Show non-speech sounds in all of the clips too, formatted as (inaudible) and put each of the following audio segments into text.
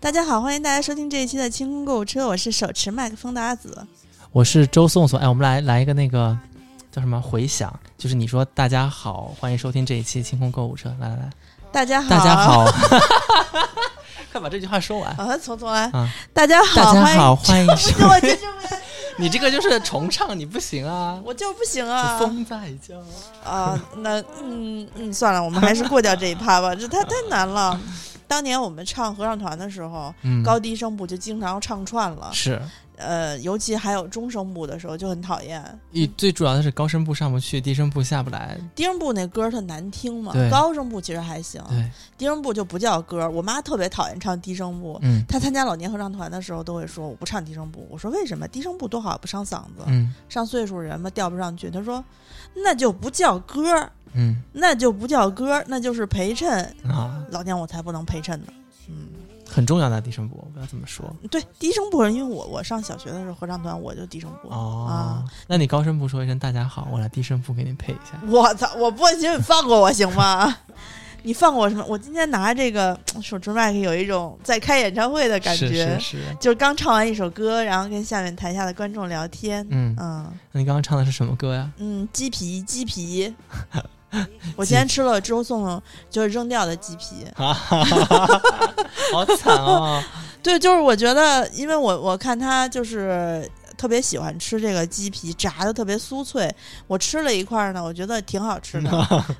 大家好，欢迎大家收听这一期的清空购物车，我是手持麦克风的阿紫。我是周颂颂，哎，我们来来一个那个叫什么回响，就是你说大家好，欢迎收听这一期清空购物车，来来来，大家好，大家，好， (laughs) 快把这句话说完。啊、从从来、啊大家好，大家 (laughs) 好，欢欢迎收 (laughs) 迎。不是我这就不行，你这个就是重唱，你不行啊！我就不行这啊风在叫，啊！那嗯嗯，算了，我们还是过掉这一趴吧，这 (laughs) 太太难了。当年我们唱合唱团的时候，嗯，高低声部就经常唱串了，是呃，尤其还有中声部的时候就很讨厌。一最主要的是高声部上不去，低声部下不来，低声部那歌儿特难听嘛对，高声部其实还行，对，低声部就不叫歌儿。我妈特别讨厌唱低声部，嗯她参加老年合唱团的时候都会说我不唱低声部。我说为什么？低声部多好，不伤嗓子，嗯上岁数人嘛调不上去。她说那就不叫歌儿，嗯那就不叫歌儿，那就是陪衬。啊，老娘我才不能陪衬呢。嗯，很重要的低声部，不要这么说对，低声部，因为我我上小学的时候合唱团我就低声部。啊哦。那你高声部说一声大家好，我来低声部给你配一下。我操！我不行，你放过我行吗？ (laughs) 你放过我什么？我今天拿这个手持麦克，有一种在开演唱会的感觉，是是是，就是刚唱完一首歌，然后跟下面台下的观众聊天。嗯，嗯那你刚刚唱的是什么歌呀？ (laughs) (laughs) 嗯，鸡皮鸡皮，我今天吃了周颂就是扔掉的鸡皮。啊，好惨哦！对，就是我觉得，因为我我看他就是。特别喜欢吃这个鸡皮，炸的特别酥脆。我吃了一块儿呢，我觉得挺好吃的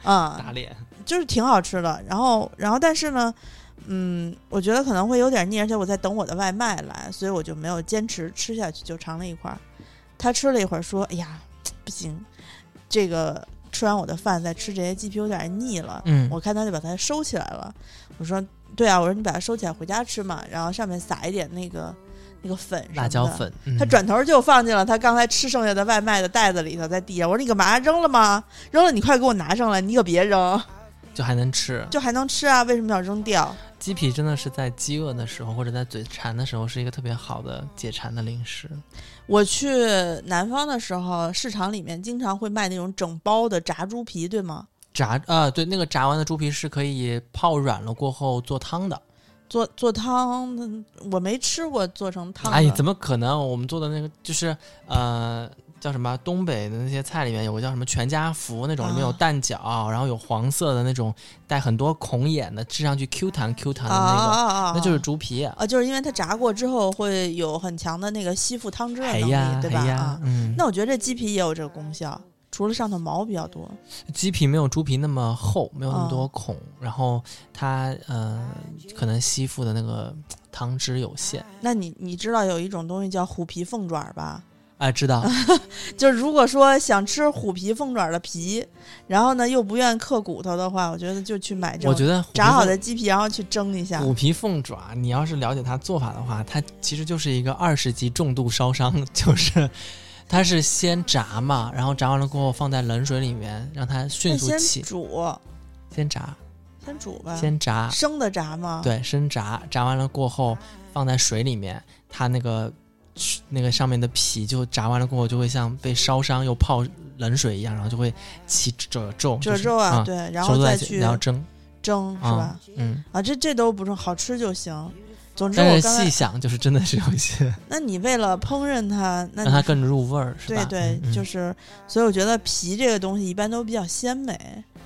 啊、嗯，打脸，就是挺好吃的。然后，然后但是呢，嗯，我觉得可能会有点腻，而且我在等我的外卖来，所以我就没有坚持吃下去，就尝了一块儿。他吃了一会儿，说：“哎呀，不行，这个吃完我的饭再吃这些鸡皮有点腻了。”嗯我看他就把它收起来了。我说：“对啊，我说你把它收起来回家吃嘛，然后上面撒一点那个那个粉，辣椒。”粉，嗯他转头就放进了他刚才吃剩下的外卖的袋子里头，在地上。我说：“你干嘛扔了吗？扔了你快给我拿上来，你可别扔。”就还能吃。就还能吃啊，为什么要扔掉？鸡皮真的是在饥饿的时候或者在嘴馋的时候是一个特别好的解馋的零食。我去南方的时候，市场里面经常会卖那种整包的炸猪皮，对吗？炸啊、对，那个炸完的猪皮是可以泡软了过后做汤的。做做汤，嗯我没吃过做成汤的。哎，怎么可能？我们做的那个就是呃。叫什么？东北的那些菜里面有个叫什么全家福那种，啊里面有蛋饺，然后有黄色的那种带很多孔眼的，吃上去 Q 弹 Q 弹啊的那啊个，啊啊！那就是猪皮。啊，就是因为它炸过之后会有很强的那个吸附汤汁的哎能力，呀，对吧？哎呀啊，，嗯，那我觉得这鸡皮也有这个功效，除了上头毛比较多。鸡皮没有猪皮那么厚，没有那么多哦孔，然后它呃可能吸附的那个汤汁有限。那你你知道有一种东西叫虎皮凤爪吧？哎，知道，啊就是如果说想吃虎皮凤爪的皮，然后呢又不愿嗑骨头的话，我觉得就去买这我种觉得虎皮炸好凤的鸡皮，啊然后去蒸一下。虎皮凤爪，你要是了解它做法的话，它其实就是一个二十级重度烧伤， (laughs) 就是它是先炸嘛，然后炸完了过后放在冷水里面，让它那迅速先起，煮，先炸，先煮吧。先炸，生的炸吗？。对，生炸，炸完了过后放在水里面，它那个那个上面的皮就炸完了过后就会像被烧伤又泡冷水一样，然后就会起褶皱，褶就是皱啊，嗯对，然收后缩在再一起去然后蒸，蒸，是啊吧？？嗯，啊，这这都不重要，好吃就行。总之，但我是刚细才，想就是真的是有一 (laughs) 些那你为了烹饪它，那让它你更入味儿，是吧对？对嗯，嗯就是，所以我觉得皮这个东西一般都比较鲜美。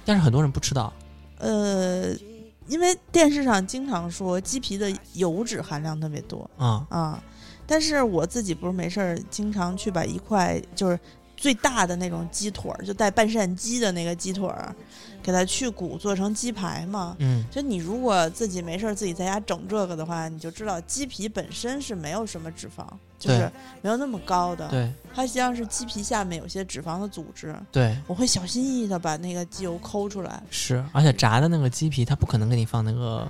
但是很多人不知道，呃，因为电视上经常说鸡皮的油脂含量特别多，啊、啊、但是我自己不是没事儿，经常去把一块就是最大的那种鸡腿儿，就带半扇鸡的那个鸡腿儿，给它去骨做成鸡排嘛。嗯，就你如果自己没事儿自己在家整这个的话，你就知道鸡皮本身是没有什么脂肪，就是对没有那么高的。对它实际上是鸡皮下面有些脂肪的组织。对。我会小心翼翼的把那个鸡油抠出来，是，而且炸的那个鸡皮，它不可能给你放那个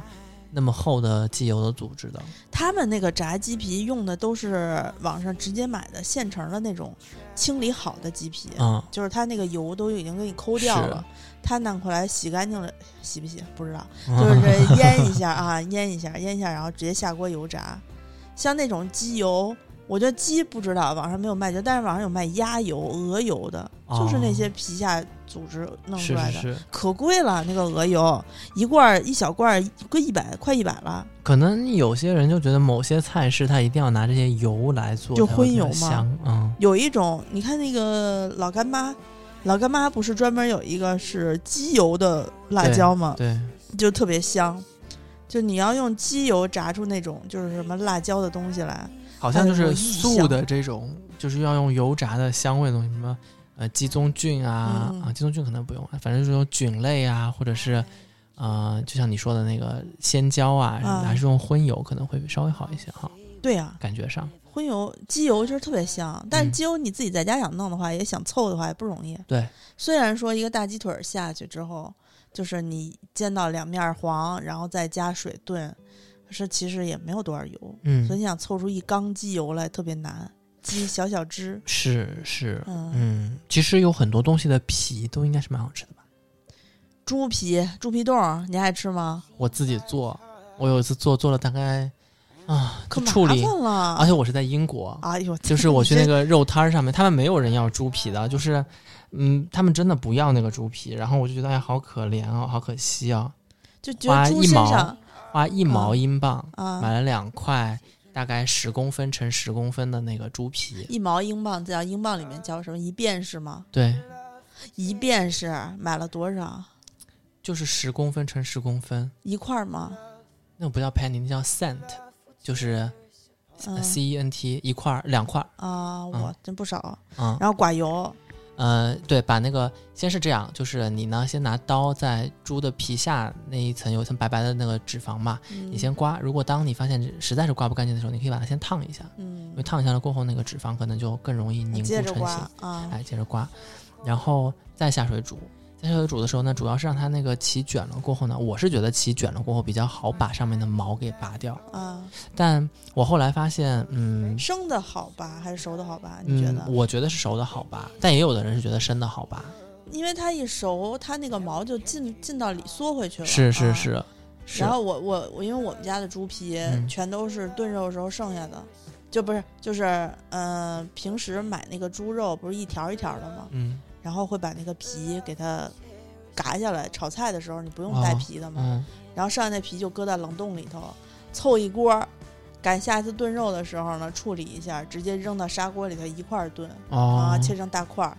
那么厚的鸡油的组织的。他们那个炸鸡皮用的都是网上直接买的现成的那种清理好的鸡皮，嗯，就是它那个油都已经给你抠掉了，它拿回来洗干净了，洗不洗不知 (laughs) 道，就是这腌一下啊，腌一下，腌一下，然后直接下锅油炸。像那种鸡油，我觉得鸡不知道，网上没有卖就，但是网上有卖鸭油、鹅油的，啊、就是那些皮下组织弄出是来是的，是，可贵了。那个鹅油一罐儿一小罐儿，贵一百，快一百了。可能有些人就觉得某些菜式它一定要拿这些油来做，就才荤会油嘛香，嗯，有一种，你看那个老干妈，老干妈不是专门有一个是鸡油的辣椒吗？对，就特别香。就你要用鸡油炸出那种就是什么辣椒的东西来，好像就它有是异素香的这种，就是要用油炸的香味的东西，什么呃鸡枞菌啊、嗯啊，鸡枞菌可能不用，反正就是用菌类啊，或者是呃，就像你说的那个鲜椒啊什么的，啊还是用荤油可能会稍微好一些哈，对呀、感觉上。荤油鸡油就是特别香，但是嗯鸡油你自己在家想弄的话，也想凑的话也不容易。对，虽然说一个大鸡腿儿下去之后，就是你煎到两面儿黄，然后再加水炖，是其实也没有多少油，所以嗯，你想凑出一缸鸡油来特别难。鸡小小只，是是，嗯，嗯，其实有很多东西的皮都应该是蛮好吃的吧。猪皮猪皮冻儿你爱吃吗？我自己做，我有一次做做了大概啊，可就麻处理，烦了。而且我是在英国，哎呦，就是我去那真个肉摊儿上面，他们没有人要猪皮的，就是，嗯，他们真的不要那个猪皮，然后我就觉得哎，好可怜哦，好可惜哦，就觉得花猪一身毛上花一嗯毛英镑、买啊，了两块，大概十公分乘十公分的那个猪皮，一毛英镑，在英镑里面叫什么？一便士吗？对，一便士买了多少？就是十公分乘十公分，一块儿吗？那不叫 penny，那叫 cent，就是嗯 c e n t 一块儿两块儿，啊，我真不少。嗯然后寡油，呃，对，把那个先是这样，就是你呢先拿刀在猪的皮下那一层有一层白白的那个脂肪嘛。你你先刮，如果当你发现实在是刮不干净的时候，你可以把它先烫一下，因为嗯，烫一下了过后，那个脂肪可能就更容易凝固接着成刮型。啊，哎，接着刮，然后再下水煮。在下水煮的时候呢，主要是让它那个起卷了过后呢，我是觉得起卷了过后比较好把上面的毛给拔掉，啊，但我后来发现，嗯。生的好吧还是熟的好吧？你觉嗯，得？我觉得是熟的好拔，但也有的人是觉得生的好拔。因为它一熟，它那个毛就进进到里缩回去了。是啊是。是，是然后我我我，因为我们家的猪皮嗯全都是炖肉时候剩下的，就不是就是呃，平时买那个猪肉不是一条一条的吗？嗯然后会把那个皮给它嘎下来，炒菜的时候你不用带哦皮的嘛。嗯，然后剩下那皮就搁在冷冻里头，凑一锅儿，赶下一次炖肉的时候呢，处理一下，直接扔到砂锅里头一块儿炖、哦啊，，切成大块儿。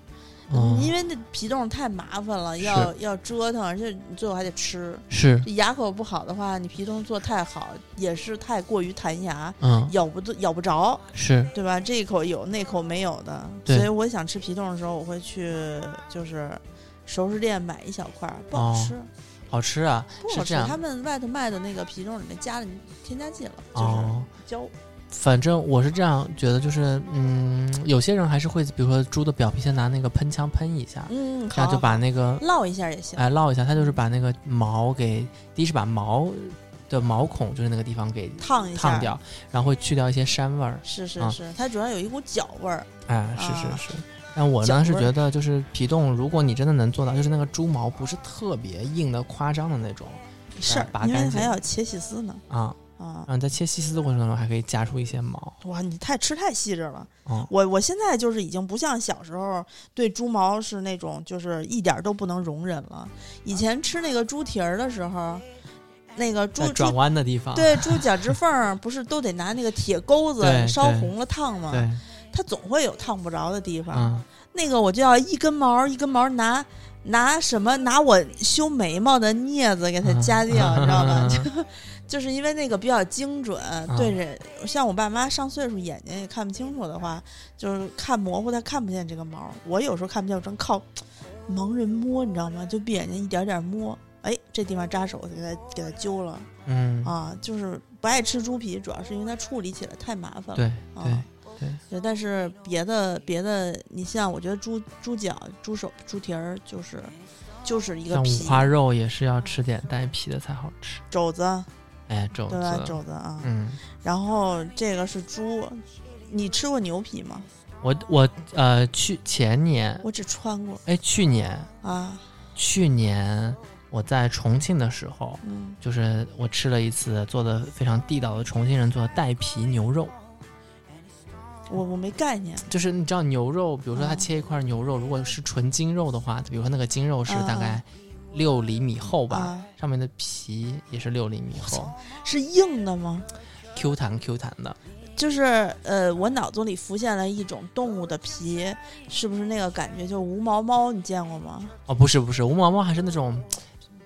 嗯因为那皮冻太麻烦了，是要要折腾，而且你最后还得吃。是，牙口不好的话，你皮冻做太好也是太过于弹牙，嗯咬不得咬不着，是，对吧？这一口有，那口没有的。对所以我想吃皮冻的时候，我会去就是熟食店买一小块儿，不好哦吃。好吃啊，不是好这吃，样他们外头卖的那个皮冻里面加了添加剂了，哦就是胶。反正我是这样觉得，就是嗯，有些人还是会，比如说猪的表皮先拿那个喷枪喷一下，嗯，这样就把那个烙一下也行。哎烙一下，它就是把那个毛给，第一是把毛的毛孔就是那个地方给烫一下，烫掉，然后会去掉一些膻味儿，是是啊是，它主要有一股脚味儿。哎，是啊是是。但我脚呢味是儿觉得，就是皮冻，如果你真的能做到，就是那个猪毛不是特别硬的、夸张的那种是哎拔，干因为净还要切细丝呢啊，啊然！后你在切细丝的过程当中还可以夹出一些毛，哇，你太吃太细致了。嗯我我现在就是已经不像小时候对猪毛是那种就是一点儿都不能容忍了。啊以前吃那个猪蹄儿的时候，那个在猪猪转弯的地方，对猪脚趾缝儿不是都得拿那个铁钩子对烧对红了烫吗？对，它总会有烫不着的地方。嗯，那个我就要一根毛一根毛拿拿什么拿我修眉毛的镊子给嗯它夹掉， (laughs) 你知道吧？ (laughs) 就就是因为那个比较精准，啊对人像我爸妈上岁数眼睛也看不清楚的话，就是看模糊，他看不见这个毛。我有时候看不见，我正靠盲人摸，你知道吗？就闭眼睛一点点摸，哎，这地方扎手，给它给它揪了嗯，啊！就是不爱吃猪皮，主要是因为它处理起来太麻烦了。对啊对，对，但是别的别的，你像我觉得猪猪脚、猪手、猪蹄儿，就是就是一个像五皮花肉也是要吃点带皮的才好吃。肘子，哎，肘对吧？子，肘子啊，嗯，然后这个是猪，你吃过牛皮吗？我我呃去前年，我只穿过哎去年啊，去年我在重庆的时候，嗯，就是我吃了一次做的非常地道的重庆人做的带皮牛肉，我我没概念，就是你知道牛肉，比如说它嗯切一块牛肉，如果是纯筋肉的话，比如说那个筋肉是大概嗯六厘米厚吧，啊，上面的皮也是六厘米厚是硬的吗？ ，Q 弹 Q 弹的。就是呃，我脑子里浮现了一种动物的皮，是不是那个感觉？就无毛猫，你见过吗？哦，不是不是，无毛猫还是那种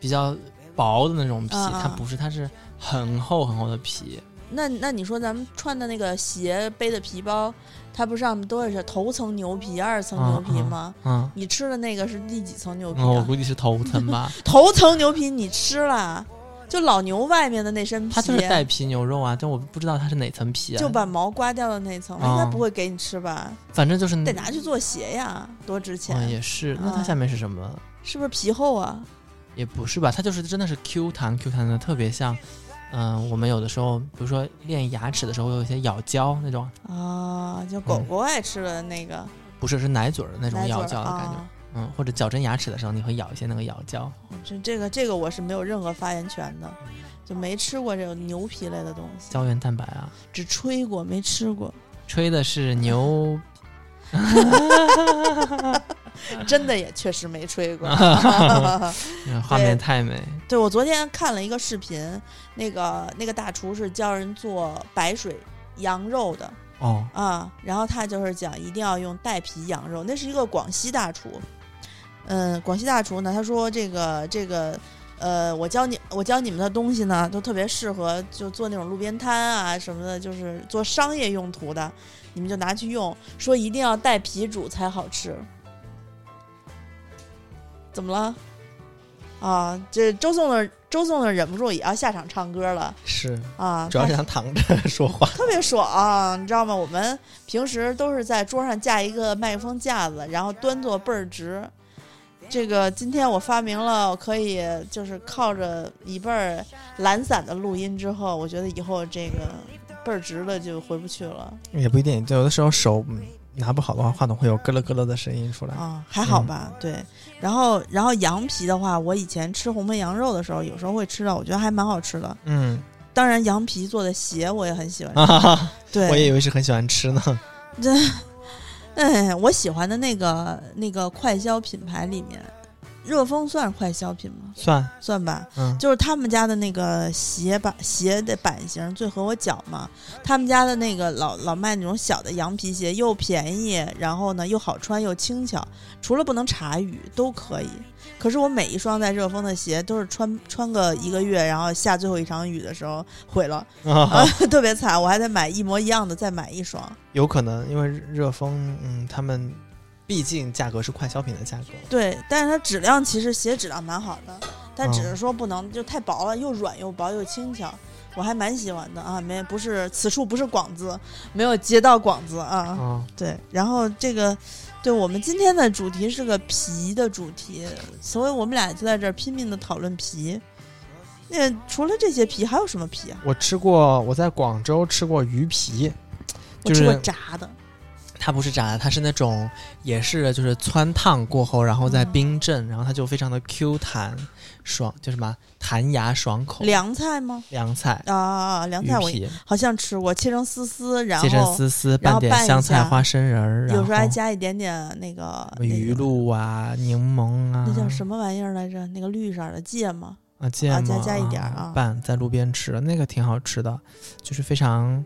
比较薄的那种皮，嗯嗯它不是，它是很厚很厚的皮。那那你说咱们穿的那个鞋、背的皮包，它不上面都是头层牛皮、二层牛皮吗？嗯，你吃的那个是第几层牛皮、啊嗯我估计是头 (laughs) 层吧，头层牛皮你吃了，啊就老牛外面的那身皮，它就是带皮牛肉啊，但我不知道它是哪层皮啊。就把毛刮掉的那层，啊应该不会给你吃吧？反正就是得拿去做鞋呀，多值钱！嗯，也是。那它嗯下面是什么？是不是皮厚啊？也不是吧，它就是真的是 Q 弹 Q 弹的，特别像，嗯、我们有的时候，比如说练牙齿的时候，会有一些咬胶那种，啊，就狗狗爱吃的那个不是是奶嘴儿嗯的那种奶嘴咬儿胶的感觉，啊。嗯，或者矫正牙齿的时候，你会咬一些那个咬胶。这这个这个我是没有任何发言权的，嗯就没吃过这种牛皮类的东西，胶原蛋白啊，只吹过没吃过，吹的是牛，真的也确实没吹 (laughs) 过。嗯画面太美，对我昨天看了一个视频，那个那个大厨是教人做白水羊肉的哦，啊，然后他就是讲一定要用带皮羊肉，那是一个广西大厨。嗯，广西大厨呢，他说这个这个。呃，我教你，我教你们的东西呢，都特别适合就做那种路边摊啊什么的，就是做商业用途的，你们就拿去用。说一定要带皮煮才好吃，怎么了？啊，这周颂的周颂的忍不住也要下场唱歌了是，啊！主要是想躺着 (laughs) 说话，特别爽、你知道吗？我们平时都是在桌上架一个麦克风架子，然后端坐倍儿直。这个今天我发明了，我可以就是靠着椅背儿懒散的录音之后，我觉得以后这个倍儿直了就回不去了也不一定，有的时候手嗯拿不好的话，话筒会有咯咯咯咯的声音出来啊，还好嗯吧？对。然后，然后羊皮的话，我以前吃红焖羊肉的时候，有时候会吃到，我觉得还蛮好吃的。嗯，当然，羊皮做的鞋我也很喜欢吃。啊哈哈，对， (laughs) 我也以为是很喜欢吃呢，哎，我喜欢的那个那个快消品牌里面，热风算是快消品吗？算，算吧， (laughs) 嗯，就是他们家的那个鞋版鞋的版型最合我脚嘛。他们家的那个老老卖那种小的羊皮鞋，又便宜，然后呢又好穿又轻巧，除了不能查雨都可以。可是我每一双在热风的鞋都是穿穿个一个月，然后下最后一场雨的时候毁了，啊、 (laughs) 特别惨。我还得买一模一样的再买一双。有可能，因为热风，嗯，他们毕竟价格是快消品的价格，对，但是它质量其实鞋质量蛮好的，但只嗯是说不能、就太薄了，又软又薄又轻巧，我还蛮喜欢的啊。没不是此处不是广子，没有接到广子啊。啊，对，然后这个对我们今天的主题是个皮的主题，所以我们俩就在这儿拼命的讨论皮。那除了这些皮，还有什么皮啊？我吃过，我在广州吃过鱼皮，我就吃是过炸的，它不是炸的，它是那种也是就是汆烫过后，然后再嗯冰镇，然后它就非常的 Q 弹爽，就什么弹牙爽口。凉菜吗？凉菜，啊，凉鱼菜我皮好像吃过，切成丝丝，然后切成丝丝，然后点拌一香菜、下花生仁儿，然有后时候还加一点点那个什么那鱼个露啊、柠檬啊，那叫什么玩意儿来着？那个绿色儿的芥末啊，芥末加加一点儿啊拌在路边吃，那个挺好吃的，就是非常，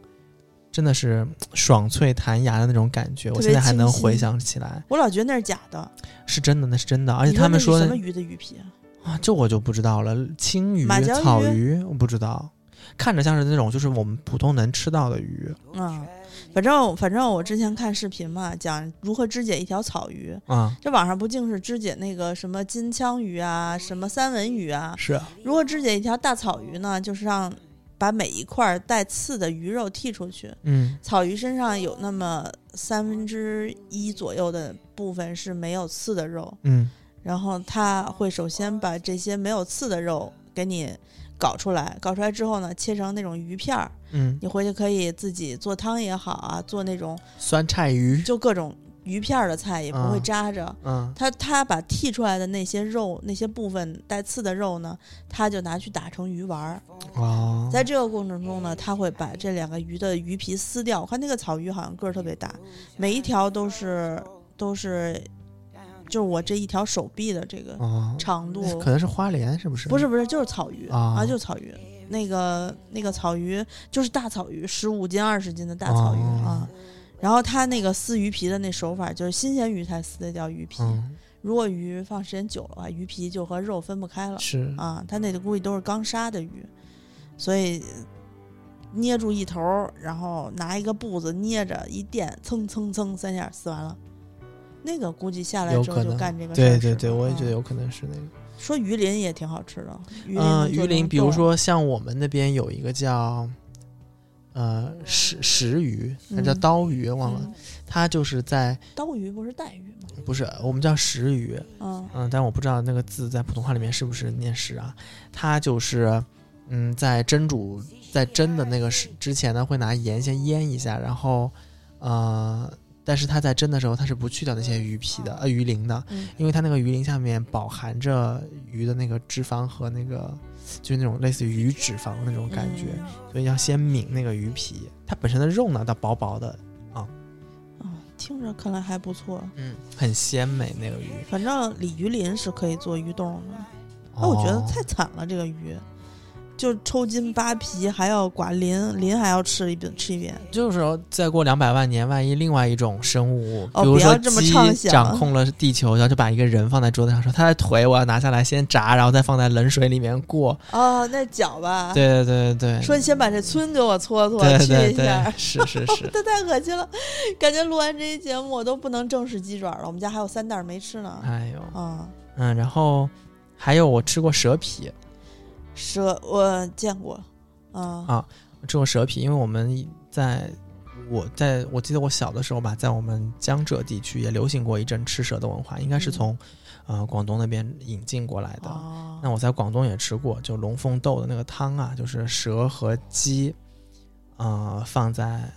真的是爽脆弹牙的那种感觉。我特现别在还能清新回想起来，我老觉得那是假的。是真的，那是真的。而且你他那们是说什么鱼的鱼皮啊？啊，这我就不知道了。青鱼、马鲛鱼草鱼，我不知道，看着像是那种就是我们普通能吃到的鱼嗯，反正反正我之前看视频嘛，讲如何肢解一条草鱼。啊，这网上不净是肢解那个什么金枪鱼啊，什么三文鱼啊？是如何肢解一条大草鱼呢？就是让把每一块带刺的鱼肉剔出去。嗯草鱼身上有那么三分之一左右的部分是没有刺的肉，嗯然后他会首先把这些没有刺的肉给你搞出来，搞出来之后呢，切成那种鱼片儿，嗯，你回去可以自己做汤也好啊，做那种酸菜鱼就各种鱼片儿的菜也不会嗯扎着。嗯他他把剔出来的那些肉那些部分带刺的肉呢，他就拿去打成鱼丸儿。哦，在这个过程中呢，他会把这两个鱼的鱼皮撕掉。我看那个草鱼好像个儿特别大，每一条都是都是，就是我这一条手臂的这个哦，长度。可能是花莲是不是？不是不是，就是草鱼啊就是草鱼。那个那个草鱼就是大草鱼，十五斤二十斤的大草鱼、哦啊。然后他那个撕鱼皮的那手法，就是新鲜鱼才撕得掉鱼皮。嗯，如果鱼放时间久了吧，鱼皮就和肉分不开了是啊。它那个估计都是刚杀的鱼，所以捏住一头儿，然后拿一个布子捏着一电，蹭蹭蹭三下撕完了。那个估计下来有之后可就能干这个事儿对是吧。对对，我也觉得啊。有可能是那个。说鱼鳞也挺好吃的，鱼鳞嗯，能鱼做鳞，成比如冻说像我们那边有一个叫呃石石鱼，它叫嗯刀鱼，忘了，嗯它就是在刀鱼不是带鱼吗？不是我们叫石鱼，嗯嗯，但我不知道那个字在普通话里面是不是念石啊？它就是，嗯，在蒸煮在蒸的那个时之前呢，会拿盐先腌一下，然后，呃，但是它在蒸的时候，它是不去掉那些鱼皮的，呃，鱼鳞的，嗯因为它那个鱼鳞下面饱含着鱼的那个脂肪和那个，就是那种类似于鱼脂肪那种感觉，嗯所以要先抿那个鱼皮，它本身的肉呢，它薄薄的，嗯啊，听着看来还不错。嗯，很鲜美那个鱼。反正鲤鱼鳞是可以做鱼冻的，那我觉得哦太惨了，这个鱼。就抽筋扒皮，还要刮鳞，鳞还要吃一遍吃一遍。就是说，再过两百万年，万一另外一种生物，哦比如不说要这么畅鸡想掌控了地球，然后就把一个人放在桌子上，说他的腿我要拿下来先炸，然后再放在冷水里面过。哦，那脚吧，对对对对说对，你先把这村给我搓搓，对去对一下 (laughs) 对，。是是是，这太恶心了，感觉录完这期节目我都不能正视鸡爪了。我们家还有三袋儿没吃呢。哎呦，啊，嗯，然后还有我吃过蛇皮，蛇我见过。啊啊我吃过蛇皮，因为我们在我在我记得我小的时候吧，在我们江浙地区也流行过一阵吃蛇的文化，应该是嗯从、呃广东那边引进过来的。哦那我在广东也吃过，就龙凤豆的那个汤啊，就是蛇和鸡，呃，放在，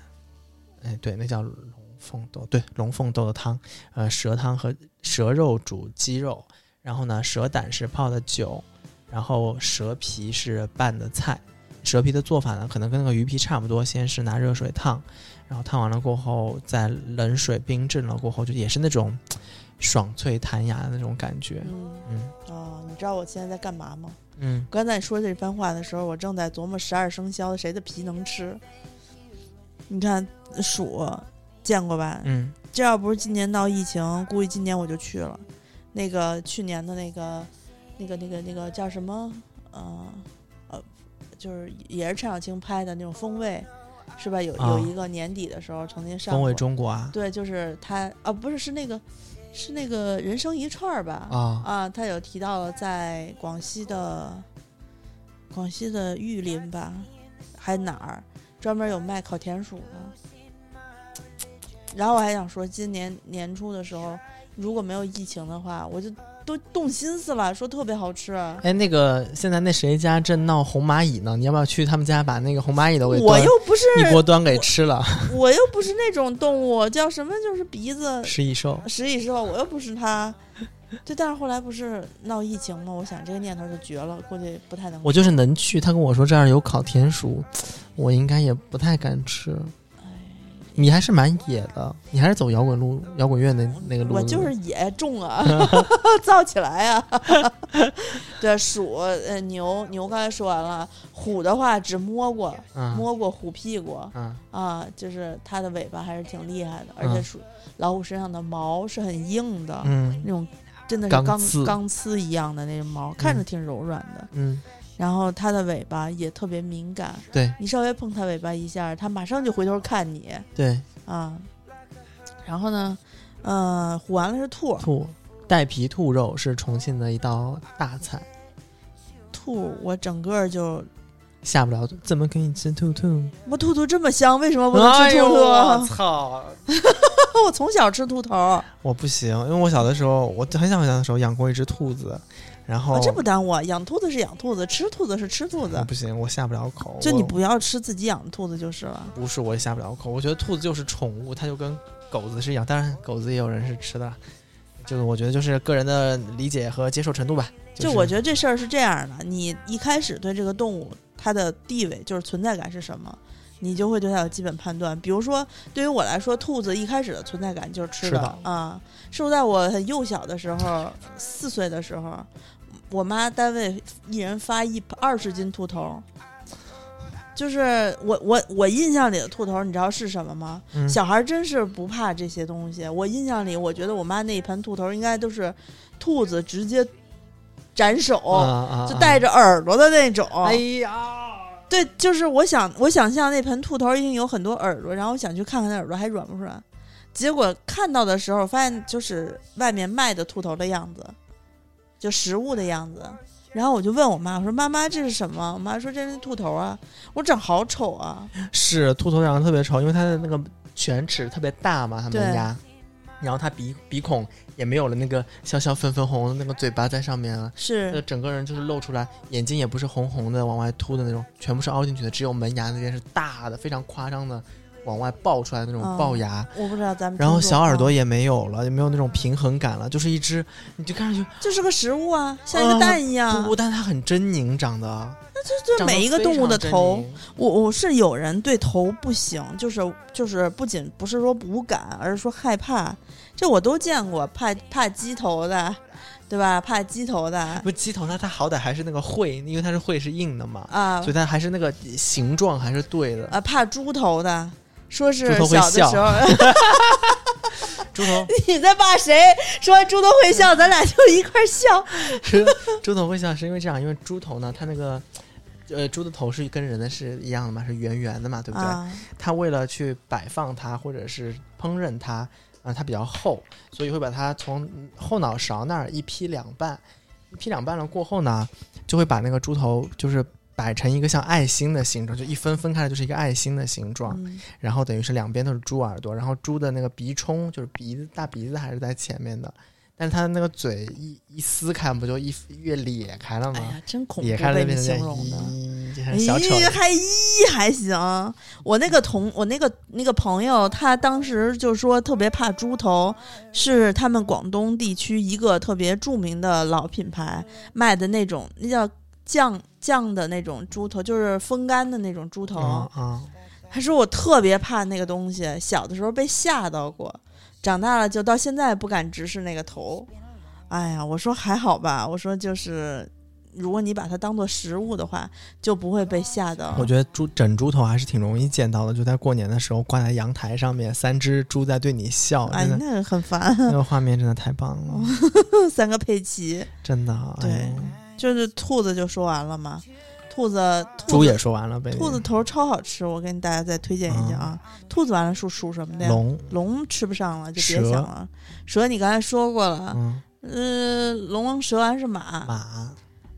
哎，对，那叫龙凤豆，对，龙凤豆的汤，呃，蛇汤和蛇肉煮鸡肉，然后呢，蛇胆是泡的酒，然后蛇皮是拌的菜。蛇皮的做法呢，可能跟那个鱼皮差不多，先是拿热水烫，然后烫完了过后，再冷水冰镇了过后，就也是那种爽脆弹牙的那种感觉。嗯嗯哦，你知道我现在在干嘛吗？嗯，刚才你说这番话的时候，我正在琢磨十二生肖谁的皮能吃。你看鼠见过吧？嗯这要不是今年闹疫情，估计今年我就去了。那个去年的那个、那个、那个、那个叫什么？呃呃，就是也是陈小青拍的那种《风味》，是吧？有有啊一个年底的时候曾经，上风过味中国啊对，就是他啊，不是是那个是那个人生一串儿吧？啊啊，他有提到了在广西的广西的玉林吧，还哪儿专门有卖烤田鼠的。然后我还想说，今年年初的时候，如果没有疫情的话，我就都动心思了，说特别好吃。哎，那个现在那谁家正闹红蚂蚁呢？你要不要去他们家把那个红蚂蚁都给我端又不是一锅端给吃了？我又不是那种动物，叫什么就是鼻子 (laughs) 食蚁兽食蚁兽，我又不是他。对，但是后来不是闹疫情吗？我想这个念头就绝了，估计不太能。我就是能去，他跟我说这儿有烤田鼠，我应该也不太敢吃。哎你还是蛮野的，你还是走摇滚路、摇滚乐那那个路子。我就是也重 (laughs) 啊， (laughs) 造起来啊。 (laughs) 对，鼠、呃、牛、牛刚才说完了，虎的话只摸过，嗯摸过虎屁股嗯啊，就是它的尾巴还是挺厉害的，而且嗯鼠老虎身上的毛是很硬的，嗯那种真的是钢钢刺钢丝一样的那种毛，看着挺柔软的。嗯，然后它的尾巴也特别敏感，对你稍微碰它尾巴一下，它马上就回头看你对，啊。然后呢，呃，虎完了是兔，兔带皮兔肉是重庆的一道大菜，兔我整个就下不了嘴怎么可以吃兔兔？我兔兔这么香，为什么不能吃兔兔？哎 (laughs) 我操！我从小吃兔头，我不行，因为我小的时候，我很小很小的时候养过一只兔子，然后、啊这不耽误啊。养兔子是养兔子，吃兔子是吃兔我子，不行，我下不了口。就你我不要吃自己养的兔子就是了。不是我也下不了口，我觉得兔子就是宠物，它就跟狗子是一样，当然狗子也有人是吃的啦，就是我觉得就是个人的理解和接受程度吧。就我觉得这事儿是这样的，你一开始对这个动物它的地位就是存在感是什么，你就会对它有基本判断。比如说，对于我来说，兔子一开始的存在感就是吃吃的的啊，是不是在我很幼小的时候，四岁的时候，我妈单位一人发一二十斤兔头。就是我我我印象里的兔头，你知道是什么吗？嗯小孩真是不怕这些东西。我印象里，我觉得我妈那一盆兔头应该都是兔子直接斩首，哦啊就带着，着耳朵的那种。哎呀，对，就是我想，我想象那盆兔头一定有很多耳朵，然后我想去看看那耳朵还软不软。结果看到的时候，发现就是外面卖的兔头的样子，就食物的样子。然后我就问我妈，我说：“妈妈，这是什么？”我妈说：“这是兔头啊！”我长好丑啊！是秃头长得特别丑，因为它的那个犬齿特别大嘛，它门牙，然后它鼻鼻孔也没有了那个小小粉粉红的那个嘴巴在上面啊，那是整个人就是露出来，眼睛也不是红红的往外凸的那种，全部是凹进去的，只有门牙那边是大的，非常夸张的往外爆出来的那种嗯龅牙。我不知道咱们然后听众小耳朵啊也没有了，也没有那种平衡感了，就是一只，你就看上去，就是个食物啊，像一啊个蛋一样。不，但它很狰狞，长得，嗯就就长得每一个动物的非常狰狞头，我我是有人对头不行，就是就是不仅不是说无感，而是说害怕。这我都见过，怕怕鸡头的，对吧？怕鸡头的不鸡头它它好歹还是那个喙，因为它是喙是硬的嘛，啊所以它还是那个形状还是对的。啊，怕猪头的。说是猪头会小的笑时候， (laughs) 猪头你在怕谁？说完猪头会笑，咱俩就一块儿笑。是猪头会像是因为这样，因为猪头呢，它那个呃猪的头是跟人的是一样的嘛，是圆圆的嘛，对不对？啊，它为了去摆放它或者是烹饪它，啊、它比较厚，所以会把它从后脑勺那儿一劈两半，一劈两半了过后呢，就会把那个猪头就是摆成一个像爱心的形状，就一分分开来就是一个爱心的形状，嗯然后等于是两边都是猪耳朵，然后猪的那个鼻冲就是鼻子大鼻子还是在前面的，但是它那个嘴一一撕开不就一越裂开了吗哎？呀，真恐裂怖，开被了就你变形成容的。咦，就哎像小丑一样。还一还行。我那个同我那个那个朋友，他当时就说特别怕猪头，是他们广东地区一个特别著名的老品牌卖的那种，那叫酱酱的那种猪头，就是风干的那种猪头。啊啊！他说我特别怕那个东西，小的时候被吓到过，长大了就到现在不敢直视那个头。哎呀，我说还好吧，我说就是，如果你把它当做食物的话，就不会被吓到。我觉得猪整猪头还是挺容易见到的，就在过年的时候挂在阳台上面，三只猪在对你笑，哎真，的、那个很烦， (laughs) 那个画面真的太棒了，三个佩奇，真的。哦对哎呦就是兔子就说完了嘛，兔子兔猪子也说完了呗。兔子头超好吃，我跟大家再推荐一下啊。兔子完了属属什么的呀？嗯龙，龙吃不上了就别蛇想了，蛇你刚才说过了，嗯，呃，龙蛇丸是马，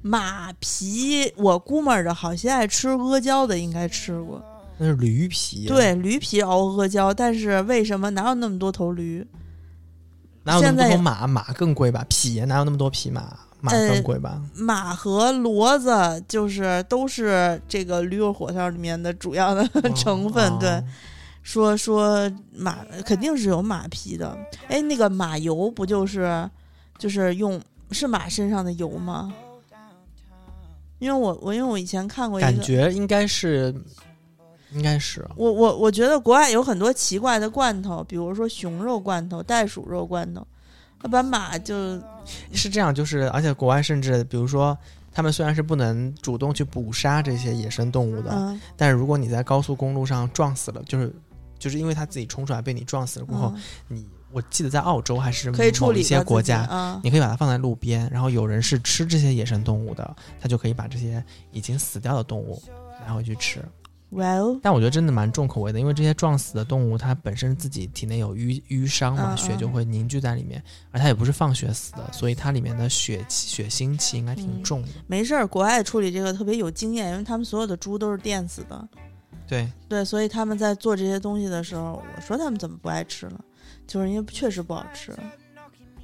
马皮，我估摸着好些爱吃阿胶的应该吃过，那是驴皮。，啊对，驴皮熬阿胶，但是为什么哪有那么多头驴？哪有那现么多在头马？马更贵吧？匹哪有那么多匹马？马更贵吧？马和骡子就是都是这个驴肉火烧里面的主要的成分，哦对，，说说马肯定是有马皮的，哎，那个马油不就是就是用是马身上的油吗？因为我我因为我以前看过一个感觉应该是，应该是我我我觉得国外有很多奇怪的罐头，比如说熊肉罐头、袋鼠肉罐头，那把马就是这样，就是而且国外甚至比如说。他们虽然是不能主动去捕杀这些野生动物的，嗯但是如果你在高速公路上撞死了，就是就是因为他自己冲出来被你撞死了过后，嗯你我记得在澳洲还是可以处哦某理一些国家，啊，你可以把它放在路边，然后有人是吃这些野生动物的，他就可以把这些已经死掉的动物拿回去吃。哇哦，但我觉得真的蛮重口味的，因为这些撞死的动物它本身自己体内有淤淤伤嗯嘛，嗯血就会凝聚在里面，而它也不是放血死的，所以它里面的血气血腥气应该挺嗯重的。没事儿，国外处理这个特别有经验，因为他们所有的猪都是电死的，对，对，所以他们在做这些东西的时候，我说他们怎么不爱吃了，就是因为确实不好吃。